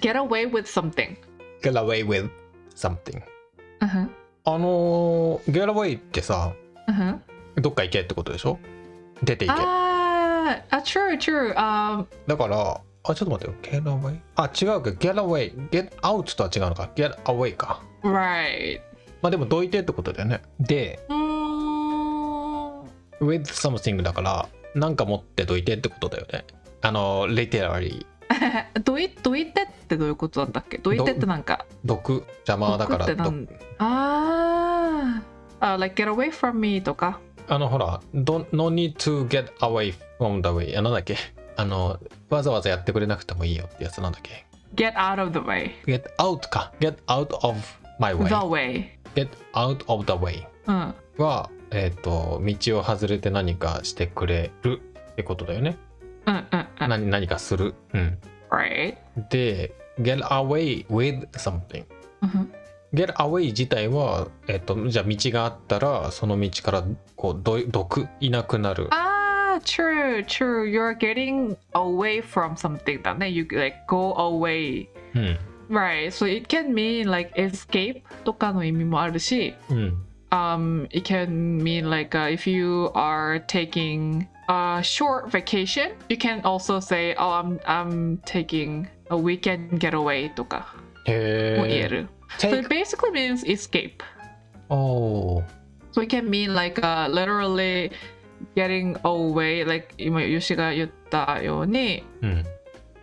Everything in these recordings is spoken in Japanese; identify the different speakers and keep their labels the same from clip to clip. Speaker 1: get away with something.
Speaker 2: get away with something
Speaker 1: うんふん
Speaker 2: あのー、get away ってさ
Speaker 1: うんふん
Speaker 2: どっか行けってことでしょ出て行け
Speaker 1: あーあ、true, Ah, uh, true. Um, あ
Speaker 2: だからあちょっと待ってよ get away あ違うか get away get out とは違うのか get away か
Speaker 1: ー right. Mm.
Speaker 2: まあでもどいてってことだよねで
Speaker 1: うーん
Speaker 2: with something だからなんか持ってどいてってことだよねあのレテラリー
Speaker 1: どいどいてってどういうことだったっけどいてってなんか
Speaker 2: 毒邪魔だから
Speaker 1: 毒ってなん
Speaker 2: 毒
Speaker 1: あーあ like get away from me とか
Speaker 2: あのほら don't- no need to get away from the way あなんだっけあのわざわざやってくれなくてもいいよってやつなんだっけ
Speaker 1: get out of the way
Speaker 2: get out か get out of my
Speaker 1: the
Speaker 2: way
Speaker 1: way Mm,
Speaker 2: get out of the way
Speaker 1: うん
Speaker 2: はえっ、と道を外れて何かしてくれるってことだよね
Speaker 1: うんうんうん
Speaker 2: 何何かするうん
Speaker 1: mm, right
Speaker 2: で get away with something
Speaker 1: うんふん
Speaker 2: get away 自体は、えっとじゃあ道があったらその道からこうど毒いなくなる
Speaker 1: ああ Ah, true true you're getting away from something だね you like go away
Speaker 2: うん
Speaker 1: right so it can mean like escape とかの意味もあるし
Speaker 2: うん
Speaker 1: um it can mean like uh, if you are taking a short vacation you can also say oh i'm i'm taking a weekend getaway とかも言え
Speaker 2: へえ
Speaker 1: る、so it basically means escape
Speaker 2: おー
Speaker 1: so it can mean like uh, literally getting away like 今吉が言ったように
Speaker 2: うん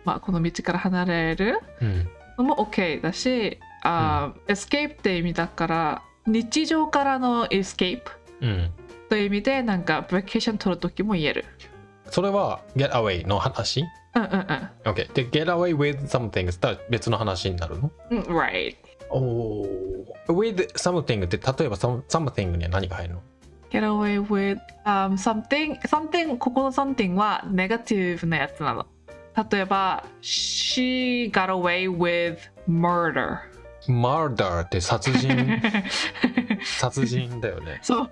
Speaker 1: まあこの道から離れる
Speaker 2: うん
Speaker 1: のも OK だし、あー escape って意味だから日常からの escape
Speaker 2: うん
Speaker 1: という意味でなんかバケーション取る時も言える。
Speaker 2: それは get away の話
Speaker 1: うんうん
Speaker 2: OK で get away with something したら別の話になるの
Speaker 1: うん。うん right。
Speaker 2: おお with something って例えば some- something には何が入るの
Speaker 1: Get away with、um, something something ここの something はネガティブなやつなの。例えば She got away with murder。
Speaker 2: murder って殺 人殺人だよね
Speaker 1: そう。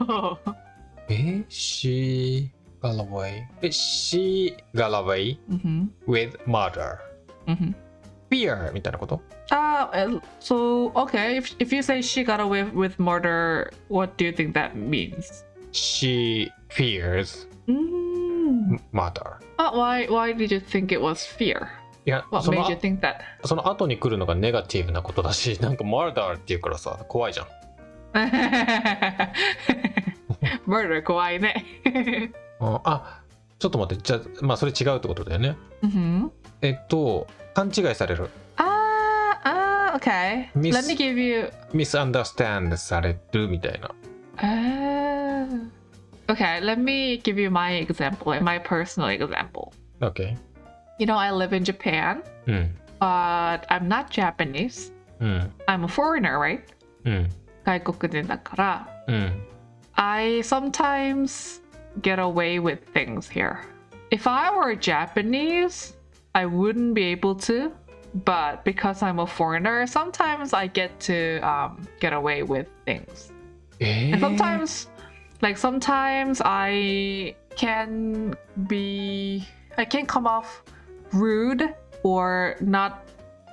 Speaker 2: え she got away え she got away
Speaker 1: うんふん
Speaker 2: with murder
Speaker 1: うんふん
Speaker 2: fear みたいなこと
Speaker 1: あー、え Uh, so okay if if you say she got away with murder what do you think that means?
Speaker 2: she fears
Speaker 1: うー
Speaker 2: Mm.
Speaker 1: ん。
Speaker 2: murder
Speaker 1: あ、why why did you think it was fear?
Speaker 2: いや
Speaker 1: What
Speaker 2: そ
Speaker 1: made
Speaker 2: の
Speaker 1: you think that?
Speaker 2: その後に来るのがネガティブなことだしなんか murder っていうからさ怖いじゃん
Speaker 1: Murder 怖い ね。
Speaker 2: ああちょっと待ってじゃあまあそれ違うってことだよね
Speaker 1: うん
Speaker 2: えっと勘違いされる
Speaker 1: あーあー、okay. uh,
Speaker 2: Miss-
Speaker 1: Let me give you.
Speaker 2: misunderstand されるみたいな
Speaker 1: Uh, okay, let me give you my example, like my personal example.
Speaker 2: OK
Speaker 1: You know, I live in Japan,
Speaker 2: うん。
Speaker 1: but I'm not Japanese.
Speaker 2: うん。
Speaker 1: I'm a foreigner, right?
Speaker 2: うん。
Speaker 1: 外国人だから。
Speaker 2: うん。
Speaker 1: I sometimes get away with things here. If I were Japanese, I wouldn't be able to, but because I'm a foreigner, sometimes I get to um, get away with things.
Speaker 2: え
Speaker 1: And sometimes, like sometimes I can be, I can come off rude or not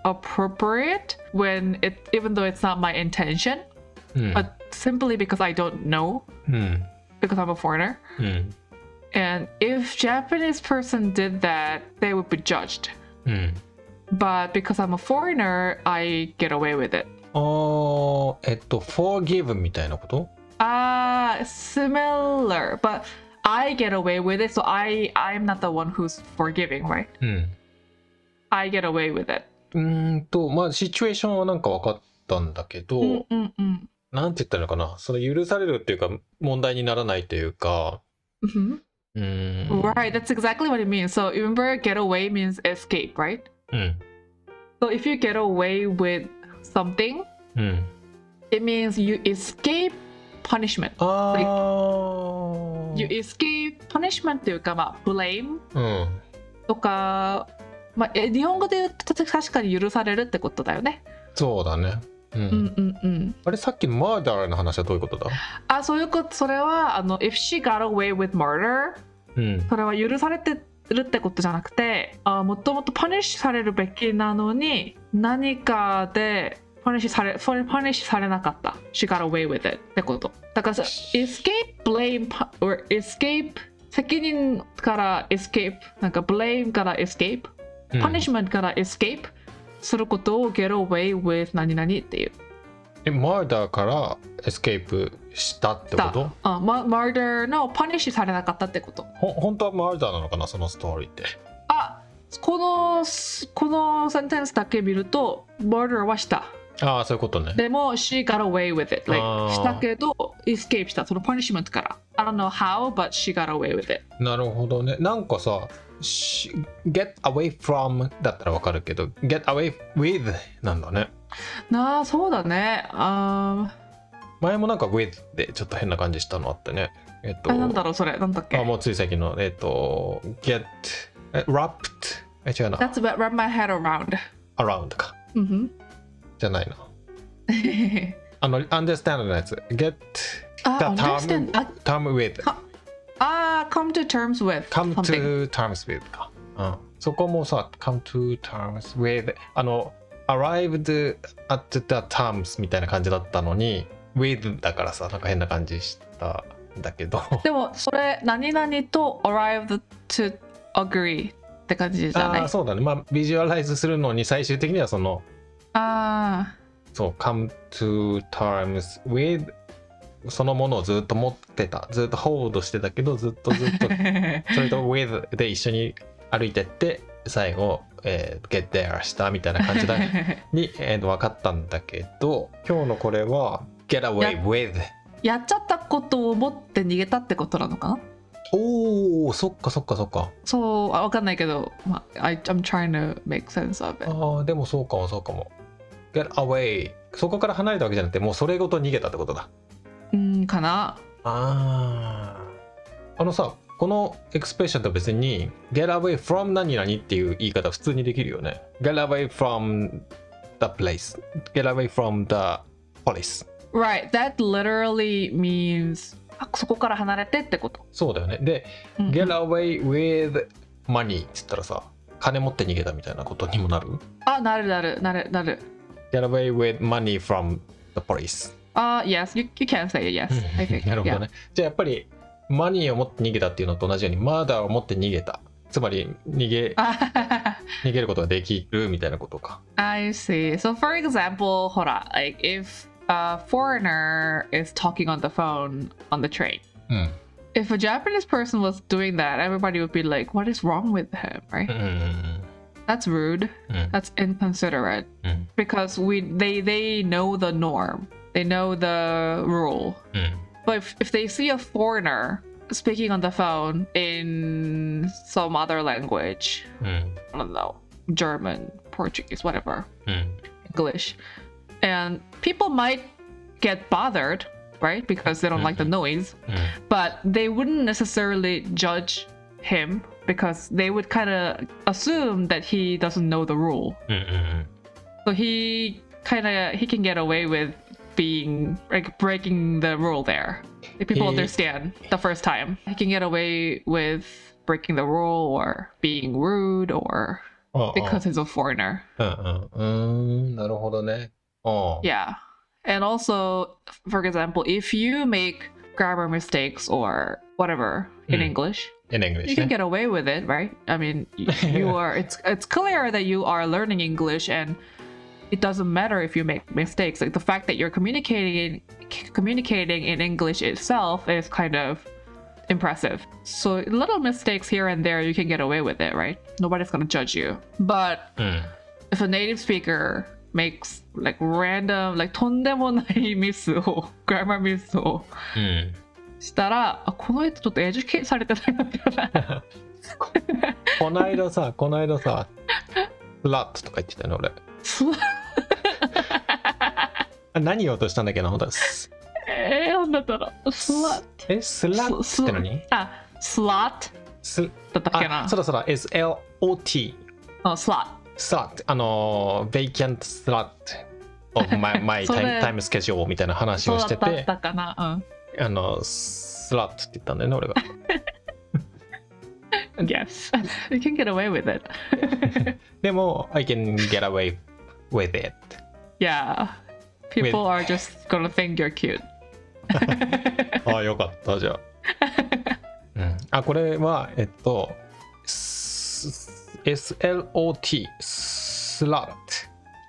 Speaker 1: appropriate when it, even though it's not my intention,
Speaker 2: うん。
Speaker 1: but Uh, simply because I don't know
Speaker 2: うん。
Speaker 1: because I'm a foreigner.
Speaker 2: うん。
Speaker 1: And if Japanese person did that, they would be judged.
Speaker 2: うん。
Speaker 1: But because I'm a foreigner, I get away with it.
Speaker 2: あーえっと、forgive みたいなこと
Speaker 1: Uh similar, but I get away with it, so I I'm not the one who's forgiving, right?
Speaker 2: うん。
Speaker 1: I get away with it.
Speaker 2: うーんと、まあ、シチュエーションはなんか分かったんだけど、
Speaker 1: Mm-mm-mm.
Speaker 2: なんて言ったらいいのかな、その許されるっていうか、問題にならないというか、
Speaker 1: hmm
Speaker 2: うーん。
Speaker 1: Right, that's exactly what it means. So remember get away means escape, right?
Speaker 2: うん。
Speaker 1: So if you get away with something,
Speaker 2: うん。
Speaker 1: it means you escape punishment.
Speaker 2: あー
Speaker 1: You escape punishment というか、まあ、blame
Speaker 2: うん。
Speaker 1: とか、まあ、え日本語で言うと確かに許されるってことだよね。
Speaker 2: そうだね。うん。
Speaker 1: うんうんうん。
Speaker 2: あれ、さっき murder の話はどういうことだ
Speaker 1: あ、そういうこと、それは、あの、if she got away with murder、
Speaker 2: うん。
Speaker 1: それは許されてるってことじゃなくてあもともとパニッシュされるべきなのに何かでパニッシュされそれパニッシュされなかった She got away with it ってことだからさ escape blame or escape 責任から escape なんか blame から escape
Speaker 2: うん
Speaker 1: punishment から escape することを get away with 何々っていう
Speaker 2: えマーダーからエスケープしたってこと
Speaker 1: あ、ま、murder のパニッシュされなかったってこと
Speaker 2: ほ本当はマーダーなのかなそのストーリーって
Speaker 1: あこのこのセンテンスだけ見ると murder はした
Speaker 2: ああそういうことね
Speaker 1: でも she got away with it like
Speaker 2: あー
Speaker 1: したけど escape したその punishment から I don't know how but she got away with it
Speaker 2: なるほどねなんかさし get away from だったらわかるけど get away with なんだね
Speaker 1: なあそうだねあ
Speaker 2: 前もなんか with でちょっと変な感じしたのあってねえっ
Speaker 1: ー
Speaker 2: と
Speaker 1: あなんだろうそれなんだっけ
Speaker 2: あもうつい先のえっと get え wrapped え違うな
Speaker 1: That's what wrap my head around
Speaker 2: around か
Speaker 1: うんふん
Speaker 2: じゃないなあの understand のやつ get
Speaker 1: あ
Speaker 2: the
Speaker 1: understand
Speaker 2: term
Speaker 1: あ
Speaker 2: term with
Speaker 1: あー come to terms with
Speaker 2: come
Speaker 1: something
Speaker 2: to terms with か、うん、そこもさ come to terms with あの arrived at the terms みたいな感じだったのに with だからさなんか変な感じしたんだけど
Speaker 1: でもそれ何々と arrived to agree って感じじゃない
Speaker 2: あーそうだねまあビジュアライズするのに最終的にはその
Speaker 1: あ
Speaker 2: そう come to terms with そのものをずっと持ってたずっとホールドしてたけどずっとずっと
Speaker 1: あ
Speaker 2: それと with で一緒に歩いてって最後、えー get there したみたいな感じだに、 えーと分かったんだけど今日のこれは Get away with
Speaker 1: やっちゃったことを持って逃げたってことなのかな
Speaker 2: おおそっかそっかそっか
Speaker 1: そうあわかんないけど、まあ、I, I'm trying to make sense of
Speaker 2: あ
Speaker 1: it
Speaker 2: ーでもそうかもそうかも Get away そこから離れたわけじゃなくてもうそれごと逃げたってことだ
Speaker 1: うんかな
Speaker 2: あーあのさこのエクスプレッションと別に Get away from 何々っていう言い方普通にできるよね Get away from the place Get away from the police
Speaker 1: Right that literally means あそこから離れてってこと、
Speaker 2: そうだよねで
Speaker 1: うん
Speaker 2: Get away with money っつったらさ金持って逃げたみたいなことにもなる
Speaker 1: あなるなるなるなる
Speaker 2: Get away with money from the police
Speaker 1: あ、yes you, you can say yes I think
Speaker 2: なるほどねじゃあやっぱりマニーを持って逃げたっていうのと同じようにマーダーを持って逃げたつまり逃
Speaker 1: Yeah.
Speaker 2: げ
Speaker 1: あ
Speaker 2: 逃げることができるみたいなことか
Speaker 1: I see. So, for example, ほら like if a foreigner is talking on the phone on the train,
Speaker 2: うん
Speaker 1: if a Japanese person was doing that, everybody would be like, "What is wrong with him?"
Speaker 2: う
Speaker 1: Right?
Speaker 2: んうん
Speaker 1: That's rude.
Speaker 2: うん
Speaker 1: That's inconsiderate
Speaker 2: うん
Speaker 1: because we they they know the norm. They know the rule.
Speaker 2: うん
Speaker 1: But if, if they see a foreigner speaking on the phone in some other language,
Speaker 2: うん
Speaker 1: I don't know, German, Portuguese, whatever,
Speaker 2: うん
Speaker 1: English. And people might get bothered, right? Because they don't like the noise,
Speaker 2: うん
Speaker 1: but they wouldn't necessarily judge him because they would kind of assume that he doesn't know the rule.
Speaker 2: うんうんうん
Speaker 1: So he kind of he can get away with being like breaking the rule there. If people
Speaker 2: He-
Speaker 1: understand the first time, he can get away with breaking the rule or being rude or
Speaker 2: ああ
Speaker 1: because he's a foreigner.
Speaker 2: うんうんうーんなるほどねああ
Speaker 1: Yeah. And also, for example, if you make grammar mistakes or whatever in
Speaker 2: Mm.
Speaker 1: English,
Speaker 2: in
Speaker 1: you
Speaker 2: English
Speaker 1: can
Speaker 2: ね
Speaker 1: get away with it, right? I mean, y- you are it's it's clear that you are learning English and it doesn't matter if you make mistakes. Like the fact that you're communicating c- communicating in English itself is kind of impressive. So little mistakes here and there, you can get away with it, right? Nobody's going to judge you. But
Speaker 2: うん
Speaker 1: if a native speaker makes like random like とんでも ないミスを grammar ミスを
Speaker 2: うん
Speaker 1: したらあこの人ちょっとエデュケートされてないんだよ な
Speaker 2: こないださこないださ「ラット」とか言ってたよね俺あ何言おうとしたんだっけな本当はす
Speaker 1: えー、なんだったらスラッ
Speaker 2: えスラ
Speaker 1: ト
Speaker 2: ットって何
Speaker 1: あスラッ
Speaker 2: ス
Speaker 1: トだったっけな
Speaker 2: あそうだそうだ SLOT
Speaker 1: うんスラ
Speaker 2: スラットあのー vacant slot of my, my
Speaker 1: それ
Speaker 2: time, time schedule みたいな
Speaker 1: ッ
Speaker 2: 話
Speaker 1: ト
Speaker 2: を
Speaker 1: そ
Speaker 2: し
Speaker 1: うだ
Speaker 2: て
Speaker 1: ってたかな
Speaker 2: あのスラットって言ったんだよね俺が
Speaker 1: yes, you can get away with it.
Speaker 2: でも、I can get away with it.
Speaker 1: yeah, people
Speaker 2: With-
Speaker 1: are just gonna think you're cute.
Speaker 2: ああ、よかった、じゃあ。うん、あ、これは、えっと、S- SLOT、スラット。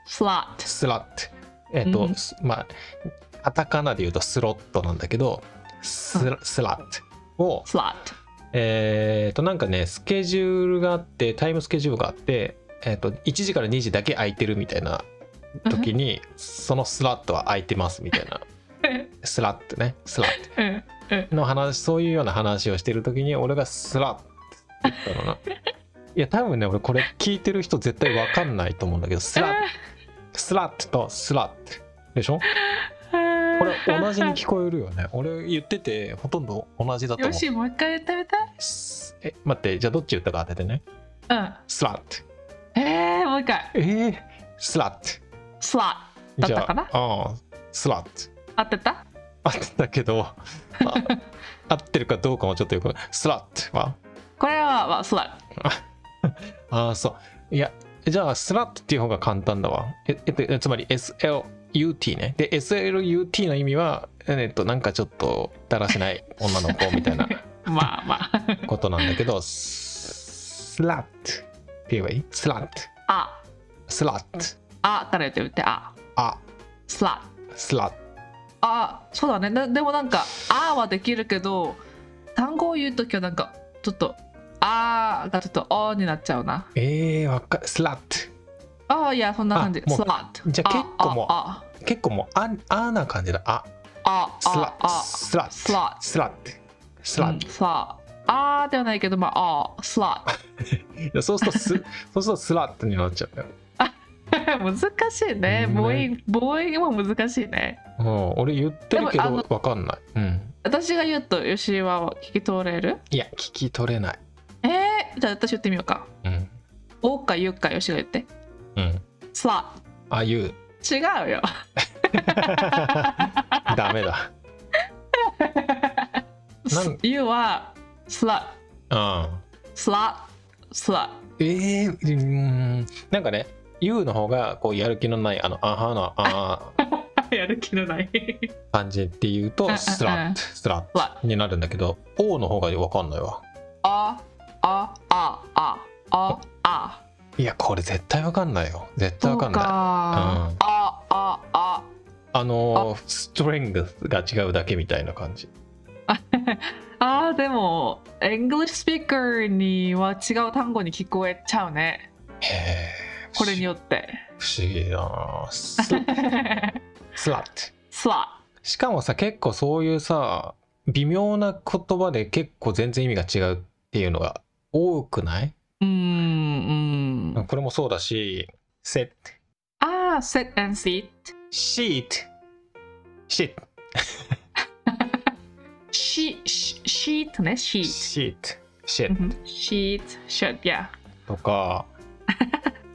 Speaker 1: Slot.
Speaker 2: スラット。えっと、
Speaker 1: うん
Speaker 2: すまあ、カタカナで言うとスロットなんだけど、スラスラットを、
Speaker 1: Slot.
Speaker 2: えっと、なんかね、スケジュールがあって、タイムスケジュールがあって、えっと、1時から2時だけ空いてるみたいな時に、そのスラットは空いてますみたいな。スラットね、スラット。
Speaker 1: うん
Speaker 2: の話そういうような話をしてる時に俺がスラッって言ったのないや多分ね俺これ聞いてる人絶対わかんないと思うんだけどスラッスラッとスラッでしょこれ同じに聞こえるよね俺言っててほとんど同じだ
Speaker 1: よ
Speaker 2: と思う
Speaker 1: し、もう一回言ってみ
Speaker 2: すえ待ってじゃあどっち言ったか当ててね
Speaker 1: た
Speaker 2: スラッ
Speaker 1: い。うん。えー、もう一回。
Speaker 2: えー、スラッ
Speaker 1: Slot. だったかな
Speaker 2: ああスラッ
Speaker 1: 合ってた
Speaker 2: 合ってたけどあ合ってるかどうかもちょっとよくスラッは
Speaker 1: これは、まあ、Slot.
Speaker 2: ああ、そう。いや、じゃあ、スラットっていう方が簡単だわ。え、えっと、つまり SLUT ね。で、SLUT の意味は、えっと、なんかちょっとだらしない女の子みたいな
Speaker 1: まあまあ。
Speaker 2: ことなんだけ ど、ススラットって言えばいいスラット。
Speaker 1: あ、
Speaker 2: スラット。
Speaker 1: あから言ってみて、あ。
Speaker 2: あ、
Speaker 1: Slot.
Speaker 2: スラット。
Speaker 1: あそうだねなでもなんか「あ」はできるけど単語を言うときはなんかちょっと「あ」がちょっと「あ」になっちゃうな
Speaker 2: えー、わかスラッ
Speaker 1: ああいやそんな感じ
Speaker 2: あもう
Speaker 1: スラット
Speaker 2: じゃあ結構もう
Speaker 1: あ
Speaker 2: ト。結構もう、あ、あな感じだ。あ、
Speaker 1: あ
Speaker 2: スラ
Speaker 1: あ
Speaker 2: スラット。
Speaker 1: スラッ
Speaker 2: スラット。ス
Speaker 1: あ
Speaker 2: ラ
Speaker 1: う
Speaker 2: ッ
Speaker 1: んスラあーではないけどまああースラッ
Speaker 2: ト。そうすると ス、そうするとスラットになっちゃうよ。
Speaker 1: 難しいね
Speaker 2: うんね
Speaker 1: 母音母音も難しいね
Speaker 2: うん、俺言ってるけ
Speaker 1: でも
Speaker 2: どわかんない。うん。
Speaker 1: 私が言うと吉井は聞き取れる
Speaker 2: いや、聞き取れない。
Speaker 1: えー、じゃあ私言ってみようか
Speaker 2: うん。
Speaker 1: 「お」か「ゆ」か吉井が言って
Speaker 2: うん。
Speaker 1: 「スラ
Speaker 2: あ言う。
Speaker 1: 違うよ
Speaker 2: ダメだ。 なん
Speaker 1: 「ゆ」は「スラット
Speaker 2: う
Speaker 1: スラスラ
Speaker 2: ん。えー、うーん。なんかね、言うの方がこうやる気のない、あの、あはの、あ ー
Speaker 1: やる気のない
Speaker 2: 感じって言う
Speaker 1: うんう
Speaker 2: と、
Speaker 1: ん
Speaker 2: スラット、スラッ
Speaker 1: わ
Speaker 2: トになるんだけど、O の方がわかんないわ。
Speaker 1: ああああああ
Speaker 2: いや、これ絶対わかんないよ。絶対わかんない。
Speaker 1: あ
Speaker 2: うん
Speaker 1: あああ
Speaker 2: あのー、ストリングスが違うだけみたいな感じ。
Speaker 1: あーでも English speaker には違う単語に聞こえちゃうね
Speaker 2: へえ。
Speaker 1: これによって
Speaker 2: 不思議だなス スラット。
Speaker 1: スラ
Speaker 2: しかもさ結構そういうさ微妙な言葉で結構全然意味が違うっていうのが多くない、
Speaker 1: うーんうん
Speaker 2: これもそうだし「セット」
Speaker 1: あー sit and seat
Speaker 2: 「シート」「シート」
Speaker 1: シシシートねシ
Speaker 2: 「
Speaker 1: ー
Speaker 2: シート」「シ
Speaker 1: ト
Speaker 2: ート
Speaker 1: うんシートシャッヤ」
Speaker 2: とか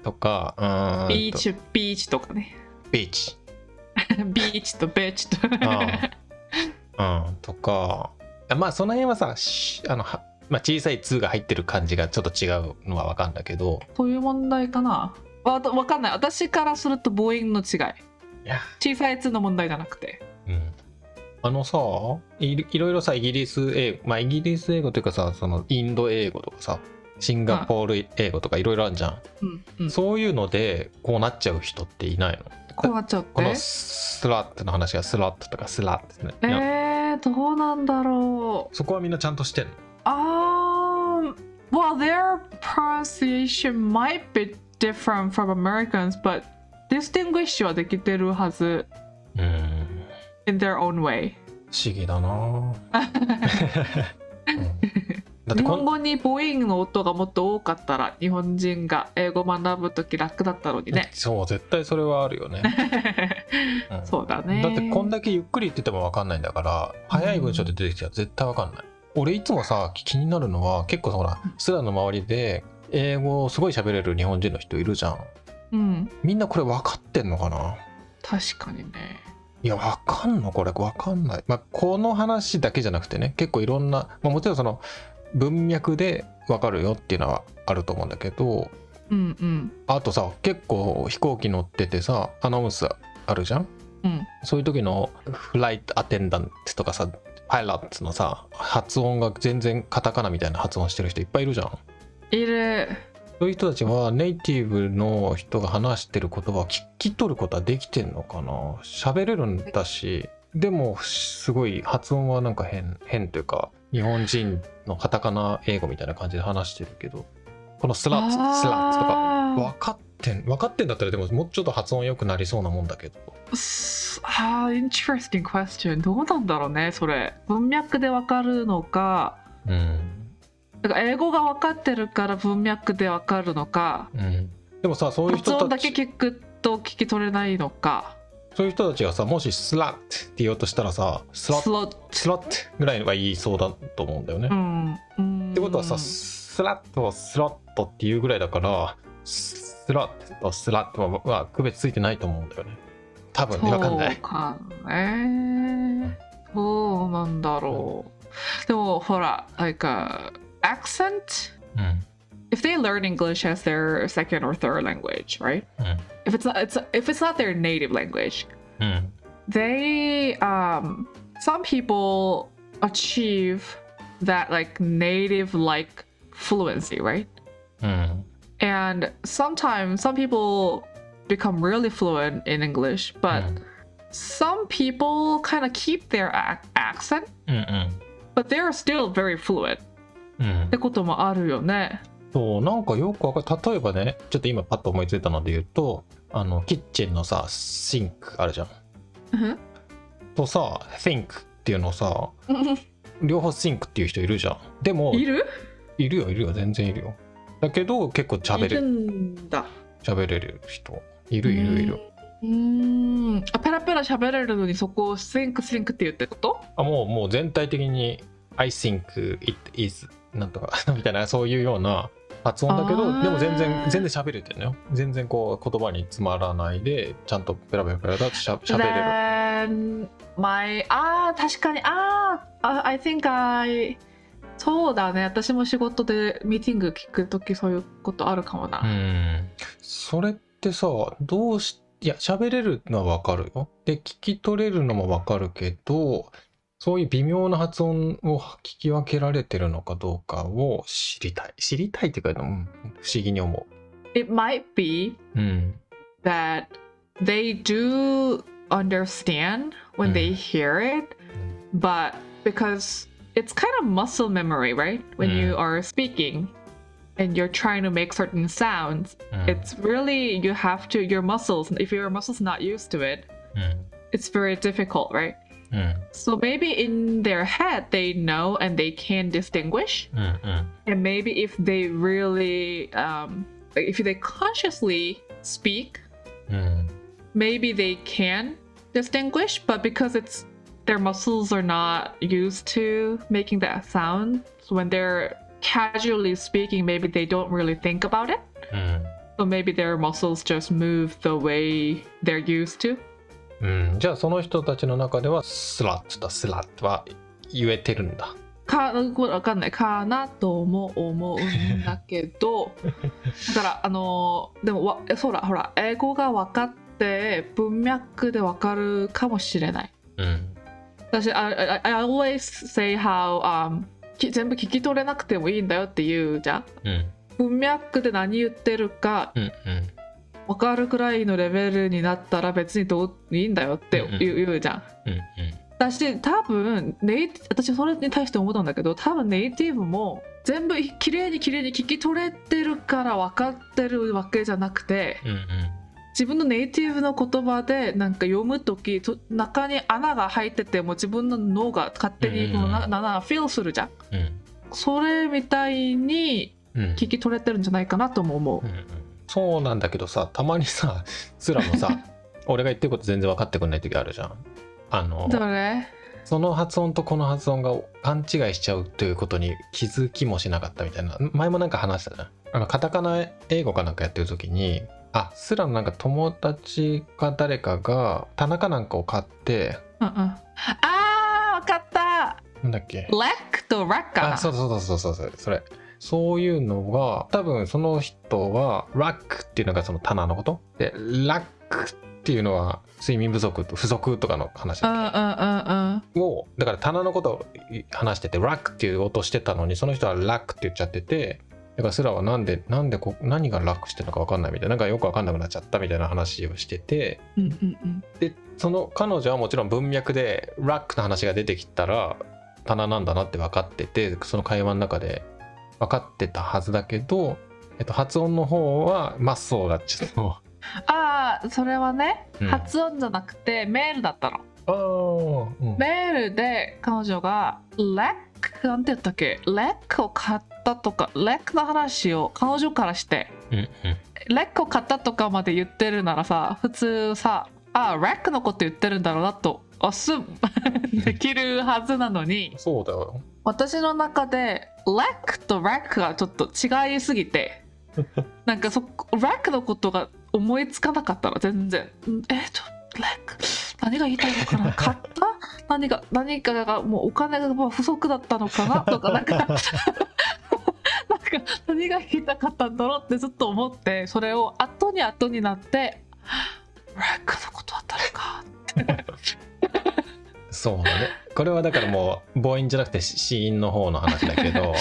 Speaker 2: とかうーんと
Speaker 1: ビーチビーチとかね
Speaker 2: ビーチ
Speaker 1: ビーチとベーチと
Speaker 2: うんうんとかまあその辺はさしあのは、まあ、小さい「2」が入ってる感じがちょっと違うのは分かるんだけど
Speaker 1: そういう問題かなわわかんない私からすると母音の違い
Speaker 2: いや
Speaker 1: 小さいやつの問題じゃなくて
Speaker 2: うんあのさいろいろいろさイギリス英語まあイギリス英語というかさそのインド英語とかさシンガポール英語とかいろいろあるじゃん、
Speaker 1: うん、うん、
Speaker 2: そういうのでこうなっちゃう人っていないの
Speaker 1: こうなっちゃっ
Speaker 2: この
Speaker 1: て
Speaker 2: スラットの話がスラットとかスラットね、いや
Speaker 1: えー、どうなんだろう
Speaker 2: そこはみんなちゃんとしてんの
Speaker 1: あー Well, their pronunciation might be different from Americans, but distinguish はできてるはず
Speaker 2: うん
Speaker 1: in their own way.
Speaker 2: 不思議 だな、うんだって
Speaker 1: 日
Speaker 2: こ
Speaker 1: 本
Speaker 2: ん
Speaker 1: 語に母音の音がもっと多かったら日本人が英語学ぶとき楽だったのに ね。
Speaker 2: そう絶対それはあるよね、 うん
Speaker 1: そうだね。
Speaker 2: だってこんだけゆっくり言ってても分かんないんだから早い文章で出てきたら絶対分かんない、俺いつもさ気になるのは結構さほらスラの周りで英語をすごい喋れる日本人の人いるじゃん
Speaker 1: うん、
Speaker 2: みんなこれ分かってんのかな
Speaker 1: 確かにね。
Speaker 2: いや分かんのこれ分かんない、まあ、この話だけじゃなくてね結構いろんな、まあ、もちろんその文脈でわかるよっていうのはあると思うんだけど
Speaker 1: うんうん
Speaker 2: あとさ結構飛行機乗っててさアナウンスあるじゃん
Speaker 1: うん
Speaker 2: そういう時のフライトアテンダントとかさパイロットのさ発音が全然カタカナみたいな発音してる人いっぱいいるじゃん
Speaker 1: いる
Speaker 2: そういう人たちはネイティブの人が話してる言葉を聞き取ることはできてんのかな喋れるんだしでもすごい発音はなんか変変というか日本人のカタカナ英語みたいな感じで話してるけどこのスラッツスラッツとか
Speaker 1: か
Speaker 2: 分かってん分かってんだったらでももうちょっと発音良くなりそうなもんだけど
Speaker 1: あー interesting question どうなんだろうねそれ文脈でわかるのか
Speaker 2: うん
Speaker 1: だから英語が分かってるから文脈で分かるのか
Speaker 2: うんでもさそういう
Speaker 1: 発
Speaker 2: 人
Speaker 1: 音
Speaker 2: た
Speaker 1: だけ
Speaker 2: ち
Speaker 1: 聞くと聞き取れないのか
Speaker 2: そういう人たちがさもしスラットって言おうとしたらさス
Speaker 1: ス
Speaker 2: ラット
Speaker 1: ロット
Speaker 2: スラットぐらいは言いそうだと思うんだよね、
Speaker 1: うんうん
Speaker 2: ってことはさ、スラットはスラットっていうぐらいだから、スラットとスラットはは区別ついてないと思うんだよね。多分ね、わかんない。
Speaker 1: そうかねどうなんだろうでもほら like a accent
Speaker 2: うん。
Speaker 1: if they learn English as their second or third language right
Speaker 2: うん。
Speaker 1: if it's not it's if it's not their native language
Speaker 2: うん。
Speaker 1: they um some people achieve that like native like fluency right
Speaker 2: うん。
Speaker 1: and sometimes some people become really fluent in english but
Speaker 2: Mm.
Speaker 1: some people kind of keep their ac- accent
Speaker 2: うん。
Speaker 1: but they're still very fluent
Speaker 2: うん。うん
Speaker 1: ってこともあるよね
Speaker 2: そう、なんかよくわかる。例えばね、ちょっと今パッと思いついたので言うと、あの、キッチンのさ、シンクあるじゃん。
Speaker 1: うん
Speaker 2: とさ、think っていうのさ、両方 think っていう人いるじゃん。でも、
Speaker 1: いる
Speaker 2: いるよ、いるよ、全然いるよ。だけど、結構喋
Speaker 1: いる
Speaker 2: れ、
Speaker 1: んだ
Speaker 2: 喋れる人。いるいるいる。
Speaker 1: うーんあペラペラ喋れるのにそこをシンクシンクって言うってこと
Speaker 2: あもうもう全体的に「I think it is」なんとか みたいなそういうような発音だけ
Speaker 1: あ
Speaker 2: ど
Speaker 1: ー
Speaker 2: でも全然全然喋れてるのよ全然こう言葉に詰まらないでちゃんとペラペラペラだとしゃ喋れる
Speaker 1: Then my あー確かにあーあ I think I そうだね私も仕事でミーティング聞くときそういうことあるかも
Speaker 2: う
Speaker 1: な、
Speaker 2: んそれってさどうしいや喋れるのはわかるよで聞き取れるのもわかるけどそういう微妙な発音を聞き分けられてるのかどうかを知りたい知りたいっていうか、うん、不思議に思
Speaker 1: It might be
Speaker 2: ううん
Speaker 1: that they do understand when they
Speaker 2: うん
Speaker 1: hear it but because it's kind of muscle memory right when you are speaking and you're trying to make certain sounds
Speaker 2: うん
Speaker 1: it's really you have to your muscles if your muscles not used to it
Speaker 2: う
Speaker 1: it's very difficult, right?
Speaker 2: んうん
Speaker 1: So maybe in their head they know and they can distinguish,
Speaker 2: うんうん、
Speaker 1: and maybe if they really, um, like, if they consciously speak,
Speaker 2: うん、
Speaker 1: maybe they can distinguish, but because it's their muscles are not used to making that sound, so when they're casually speaking, maybe they don't really think about it.
Speaker 2: う
Speaker 1: So maybe their muscles just move the way they're used to.
Speaker 2: ん、うん、じゃあその人たちの中ではスラッとだスラッとは言えてるんだ。
Speaker 1: かわかんないかなとも思うんだけ どだからあのでもわそうだほら英語が分かって文脈で分かるかもしれない
Speaker 2: うん、
Speaker 1: 私 I, I, I always say how、um, き全部聞き取れなくてもいいんだよって言うじゃん
Speaker 2: うん、
Speaker 1: 文脈で何言ってるか
Speaker 2: うん、うん、
Speaker 1: 分かるくらいのレベルになったら別にどういいんだよって
Speaker 2: うんうん
Speaker 1: 言う言うじゃん
Speaker 2: うん、
Speaker 1: 私多分ネイ私それに対して思ったんだけど多分ネイティブも全部綺麗に綺麗に聞き取れてるから分かってるわけじゃなくて
Speaker 2: うん、うん、
Speaker 1: 自分のネイティブの言葉でなんか読む時と中に穴が入ってても自分の脳が勝手にこのな
Speaker 2: うん
Speaker 1: 穴をフィルするじゃん
Speaker 2: うん、うん、
Speaker 1: それみたいに
Speaker 2: うん、
Speaker 1: 聞き取れてるんじゃないかなとも思
Speaker 2: うん、そうなんだけどさ、たまにさ、スラもさ、俺が言ってること全然分かってくんない時あるじゃん。あの
Speaker 1: う。だね
Speaker 2: その発音とこの発音が勘違いしちゃうということに気づきもしなかったみたいな前もなんか話したじゃんあのカタカナ英語かなんかやってる時にあスラのなんか友達か誰かが田中なんかを買って
Speaker 1: うんうんあー分かった
Speaker 2: なんだっけ
Speaker 1: Lack と Rack か
Speaker 2: あ
Speaker 1: な
Speaker 2: そうそうそうそうそうそれそういうのが多分その人はラックっていうのがその棚のことでラックっていうのは睡眠不足と不足とかの話
Speaker 1: うんうんうんうん
Speaker 2: をだから棚のことを話しててラックっていう音してたのにその人はラックって言っちゃっててだからスラはなんでなんでこ何がラックしてるのか分かんないみたいななんかよく分かんなくなっちゃったみたいな話をしてて
Speaker 1: うんうんうん
Speaker 2: でその彼女はもちろん文脈でラックの話が出てきたら棚なんだなって分かっててその会話の中で分かってたはずだけど、えっと、発音の方はマッソーだっちゃっ
Speaker 1: ああそれはね、
Speaker 2: うん
Speaker 1: 発音じゃなくてメールだったの
Speaker 2: たあー、うん
Speaker 1: メールで彼女が「レック」なんて言ったっけ「レックを買った」とか「レックの話を彼女からして
Speaker 2: うんうん
Speaker 1: 「レックを買った」とかまで言ってるならさ普通さ「ああレックのこと言ってるんだろうな」と「あす」 できるはずなのに
Speaker 2: そうだよ
Speaker 1: 私の中で「レック」と「レック」がちょっと違いすぎてなんかそこレックのことが思いつかなかったの全然んえっとレック何が言いたいのかな買った何が何かがもうお金がもう不足だったのかなとかなんか なんか何が言いたかったんだろうってずっと思ってそれを後に後になって「レックのことだったのか」
Speaker 2: そうだねこれはだからもう母音じゃなくて子音の方の話だけ ど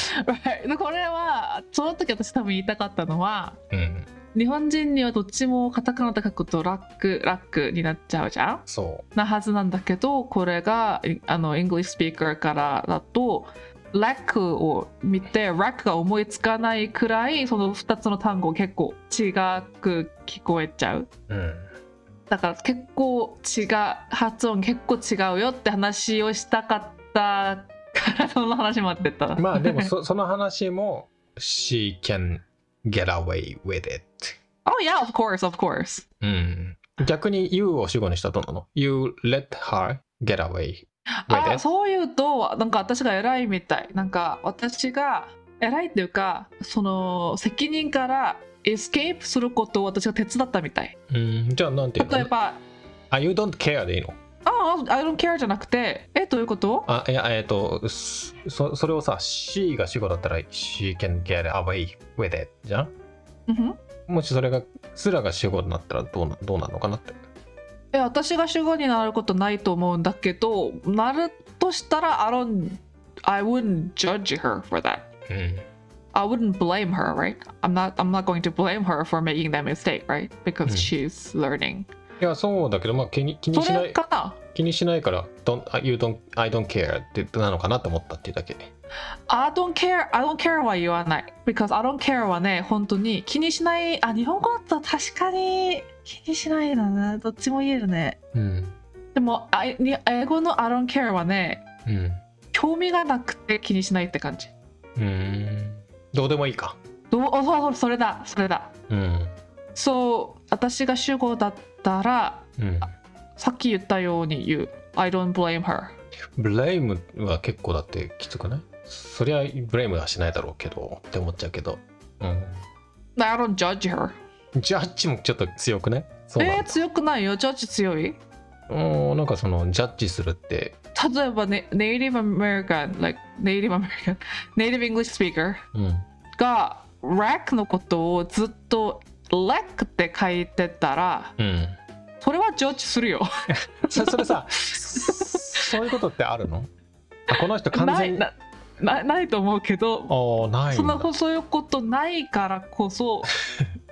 Speaker 1: Right これはその時私多分言いたかったのは
Speaker 2: うん
Speaker 1: 日本人にはどっちもカタカナで書くとラックラックになっちゃうじゃん
Speaker 2: そ
Speaker 1: なはずなんだけどこれがいあの English speaker からだとラックを見てラックが思いつかないくらいその2つの単語結構違く聞こえちゃう
Speaker 2: ううん
Speaker 1: だから結構違う発音結構違うよって話をしたかったからその話待ってた
Speaker 2: まあでもそその話も「She can get away with it
Speaker 1: Oh yeah of course of course」
Speaker 2: うん逆に「You」を主語にしたらどうなの ?You let her get away with
Speaker 1: あ
Speaker 2: it
Speaker 1: そういうとなんか私が偉いみたいなんか私が偉いっていうかその責任からエスケープすることを私が手伝ったみたい
Speaker 2: うんじゃあなんていう
Speaker 1: 例え
Speaker 2: の
Speaker 1: ば
Speaker 2: あ You don't care でいいの
Speaker 1: 「ああ I don't care」じゃなくて「えどういうこと?
Speaker 2: あいやえっ、とすそそれをさ「She」が主語だったら「She can get away with it」じゃん
Speaker 1: うんん
Speaker 2: もしそれがスラが主語になったらどうなどうなのかなって」
Speaker 1: え私が主語になることないと思うんだけどなるとしたら I don't I wouldn't judge her for that
Speaker 2: うん、
Speaker 1: I wouldn't blame her, right? I'm not I'm not going to blame her for making that mistake, right? Because
Speaker 2: うん
Speaker 1: she's learning.
Speaker 2: いやそうだけどまあ気に気に
Speaker 1: そ
Speaker 2: しな
Speaker 1: れ
Speaker 2: い
Speaker 1: かな
Speaker 2: 気にしないから「don't, I- you don't, I don't care」ってなのかなと思ったっていうだけ
Speaker 1: I don't care, I don't care は言わない。because I don't care はね、本当に気にしない。あ、日本語だと確かに気にしないだな。どっちも言えるね。
Speaker 2: うん
Speaker 1: でも、あいに英語の I don't care はね、
Speaker 2: うん
Speaker 1: 興味がなくて気にしないって感じ。
Speaker 2: うんどうでもいいか
Speaker 1: どうあそうそう、それだ、それだ。
Speaker 2: うん
Speaker 1: そう、私が主語だったら、
Speaker 2: うん
Speaker 1: さっき言ったように言う。I don't blame her.
Speaker 2: ブレイムは結構だってきつくないそりゃブレイムはしないだろうけどって思っちゃうけどう
Speaker 1: I don't judge her.
Speaker 2: んジャッジもちょっと強くねそうな
Speaker 1: えー、
Speaker 2: んだ
Speaker 1: 強くないよ。ジャッジ強い
Speaker 2: うんなんかそのジャッジするって
Speaker 1: 例えばね、ネイティブアメリカン、like ネイティブアメリ カン、ネイティブイングリッシュスピーカー
Speaker 2: うん
Speaker 1: が、ラックのことをずっと、ラックって書いてたら、
Speaker 2: うん
Speaker 1: それはジョッジするよ。
Speaker 2: そそ れさそういうことってあるのあこの人完
Speaker 1: ない
Speaker 2: 全にあ
Speaker 1: ななないと思うけど、
Speaker 2: ーない
Speaker 1: そん
Speaker 2: ん
Speaker 1: な
Speaker 2: だ
Speaker 1: そういうことないからこ そ、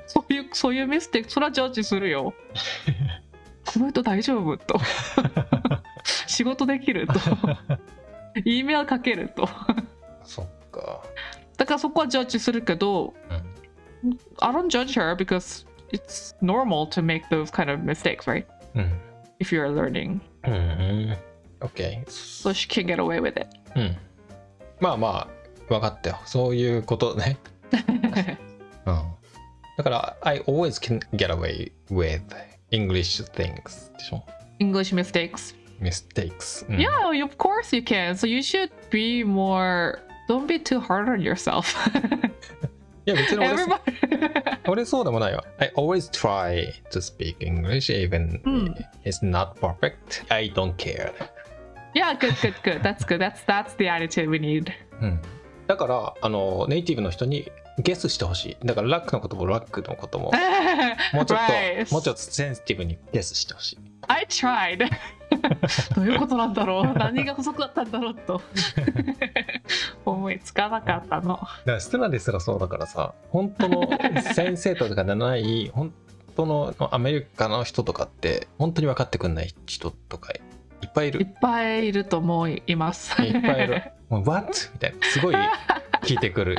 Speaker 1: そういうそういうミステイク、それはジョッジする よ。この人大丈夫と。仕事できる と。E メールかけると。
Speaker 2: そっか
Speaker 1: だからそこはジョッジするけど、
Speaker 2: うん
Speaker 1: I don't judge her because it's normal to make those kind of mistakes, right?
Speaker 2: うん。
Speaker 1: If you're learning,
Speaker 2: うん。OK。
Speaker 1: so she can get away with it.
Speaker 2: うん。まあまあ、分かったよ。そういうことね。うん。だから、I always can get away with English things でしょ
Speaker 1: English mistakes.
Speaker 2: ?mistakes、うん
Speaker 1: Yeah, of course you can. So you should be more. Don't be too hard on yourself.
Speaker 2: いや、別に俺
Speaker 1: Everybody.
Speaker 2: 俺そうでもないよ。I always try to speak English even、
Speaker 1: うん
Speaker 2: it's not perfect. I don't care.
Speaker 1: Yeah, good, good, good. That's good. That's that's the attitude we need.
Speaker 2: うん、だからあのネイティブの人にゲスしてほしいだからラックのこともラックのことももうちょっ と、
Speaker 1: right.
Speaker 2: もうちょっとセンシティブにゲスしてほしい
Speaker 1: I tried. どういうことなんだろう何が不足だったんだろう と思いつかなかったの。
Speaker 2: だからステラですらそうだからさ本 当の先生とかじゃない本当のアメリカの人とかって本当に分かってくんない人とかいっぱいいる
Speaker 1: いっぱいいると思います。
Speaker 2: いっぱいいる。もう、What? みたいな、すごい聞いてくる。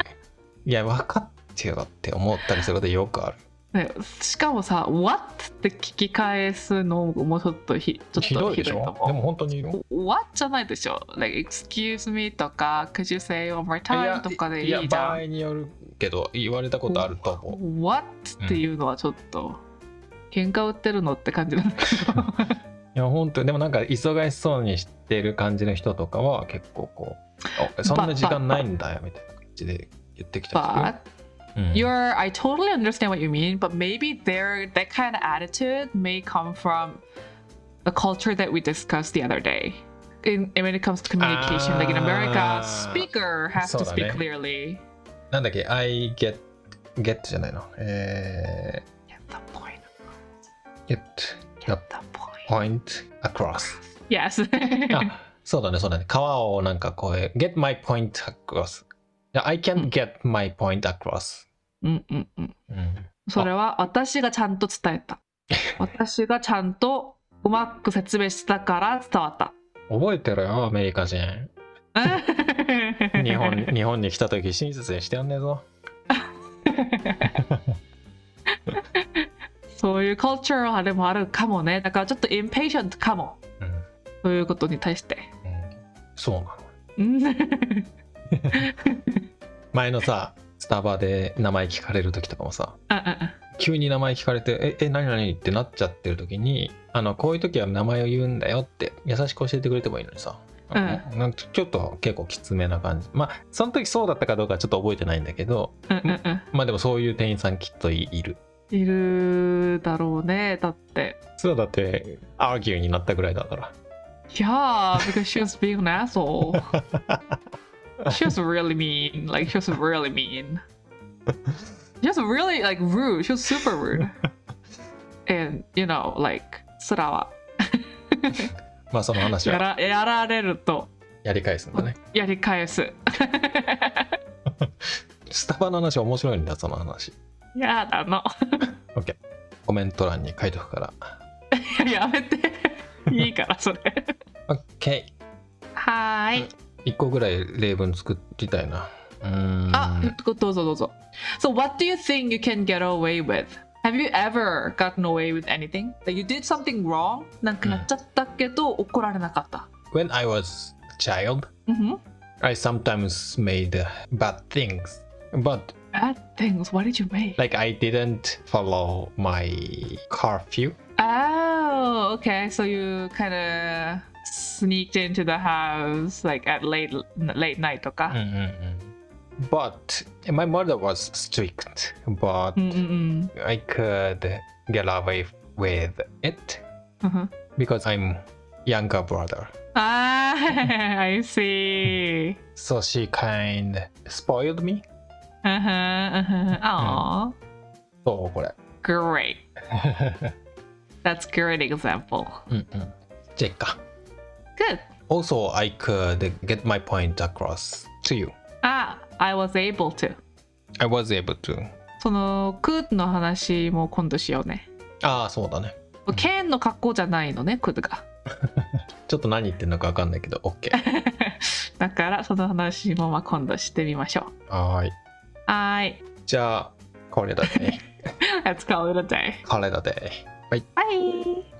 Speaker 2: いや、分かってよって思ったりすることよくある。
Speaker 1: ねしかもさ「What?」って聞き返すのもちょっとひちょっと
Speaker 2: ひどいでしょ
Speaker 1: と
Speaker 2: で
Speaker 1: 思。
Speaker 2: も本当にいる。いう
Speaker 1: What じゃないでしょ。Like, excuse me とか、could you say one more time とかでい
Speaker 2: や
Speaker 1: いじ
Speaker 2: 場
Speaker 1: ゃ
Speaker 2: 合
Speaker 1: ん。
Speaker 2: によるけど、言われたことあると思
Speaker 1: What っていうのはちょっと、喧嘩売ってるのって感じなんだけど。
Speaker 2: う。いや、本当に、でもなんか、忙しそうにしてる感じの人とかは、結構こう、あそんな時間ないんだよ、みたいな感じで言ってきた
Speaker 1: But
Speaker 2: りする。うん
Speaker 1: you're I totally understand what you mean, but maybe their that kind of attitude may come from the culture that we discussed the other day. In, and when it comes to communication, like in America,
Speaker 2: Ah. eh?
Speaker 1: speaker has to speak
Speaker 2: そうだね。
Speaker 1: clearly.
Speaker 2: なんだっけ、I get, get じゃないの。え
Speaker 1: Get the point.
Speaker 2: ー、get the
Speaker 1: The point.
Speaker 2: point across.
Speaker 1: Yes.
Speaker 2: あそうだね、そうだね。川をなんかこう、get my point across。I
Speaker 1: うん
Speaker 2: can't get my point across。
Speaker 1: うんうんうん。
Speaker 2: うん。
Speaker 1: それは私がちゃんと伝え た。私がちゃんとうまく説明したから伝わった。
Speaker 2: 覚えてるよ、アメリカ人。 日本日本に来た時親切にしてやんねえぞ。
Speaker 1: そういうカルチャーでもあるかもね。だからちょっとインペーションかも。
Speaker 2: うん。うん、
Speaker 1: そういうことに対して。
Speaker 2: そうなの。
Speaker 1: うん
Speaker 2: 前のさ、スタバで名前聞かれる時とかもさ、
Speaker 1: あ
Speaker 2: 急に名前聞かれて、え、え、何々ってなっちゃってる時に、あの、こういう時は名前を言うんだよって優しく教えてくれてもいいのにさ。
Speaker 1: うん
Speaker 2: なんかちょっと結構きつめな感じ。まあ、その時そうだったかどうかはちょっと覚えてないんだけど、
Speaker 1: うんうんうん
Speaker 2: まあでもそういう店員さんきっといる。
Speaker 1: うん。いるだろうね。だって。
Speaker 2: それはだって、アーギューになったぐらいだから。
Speaker 1: Yeah, because she was being an asshole. She was really mean. Like she was really mean. She was really like rude. She was super rude. And you know, like すらは
Speaker 2: まあその話
Speaker 1: や
Speaker 2: は
Speaker 1: らやられると
Speaker 2: やり返すんだね。
Speaker 1: やり返 す。
Speaker 2: スタバの話は面白いんだ、その話。
Speaker 1: やだ の。
Speaker 2: コメント欄に書いとくから。
Speaker 1: やめて。 いいからそれ。
Speaker 2: OK。
Speaker 1: はーい。
Speaker 2: 一個ぐらい例文作りたいな。うーん。
Speaker 1: Ah, dozo So, what do you think you can get away with? Have you ever gotten away with anything? Like you did something wrong, なんかやっちゃったけど怒られなかった。
Speaker 2: When I was a child,
Speaker 1: うんふん。
Speaker 2: I sometimes made bad things. But
Speaker 1: Bad things. What did you make?
Speaker 2: like I didn't follow my curfew.
Speaker 1: Oh, okay. So you kind of sneaked into the house like at late late night とか。
Speaker 2: Mm, But my mother was strict. But
Speaker 1: Mm, うんうんうん。
Speaker 2: I could get away with it
Speaker 1: うんふん。
Speaker 2: because I'm younger brother.
Speaker 1: Ah, I see.
Speaker 2: So she kind spoiled me.
Speaker 1: うんふん、うんふん。Aw, uh-huh.
Speaker 2: そうこれ。
Speaker 1: great. That's great example.
Speaker 2: うんうん。Mm, じゃあいっか。
Speaker 1: Good.
Speaker 2: Also, I could get my point across to you.
Speaker 1: Ah, I was able to.
Speaker 2: I was able to.
Speaker 1: その、could の話も今度しようね。
Speaker 2: ああ、そうだね。
Speaker 1: can の格好じゃないのね、could が。
Speaker 2: ちょっと何言ってんのかわかんないけど、OK。
Speaker 1: だから、その話もまあ今度してみましょ
Speaker 2: はーい。
Speaker 1: う。はーい。
Speaker 2: じゃあ、これだね。
Speaker 1: Let's call it a day.
Speaker 2: これだね。
Speaker 1: Bye!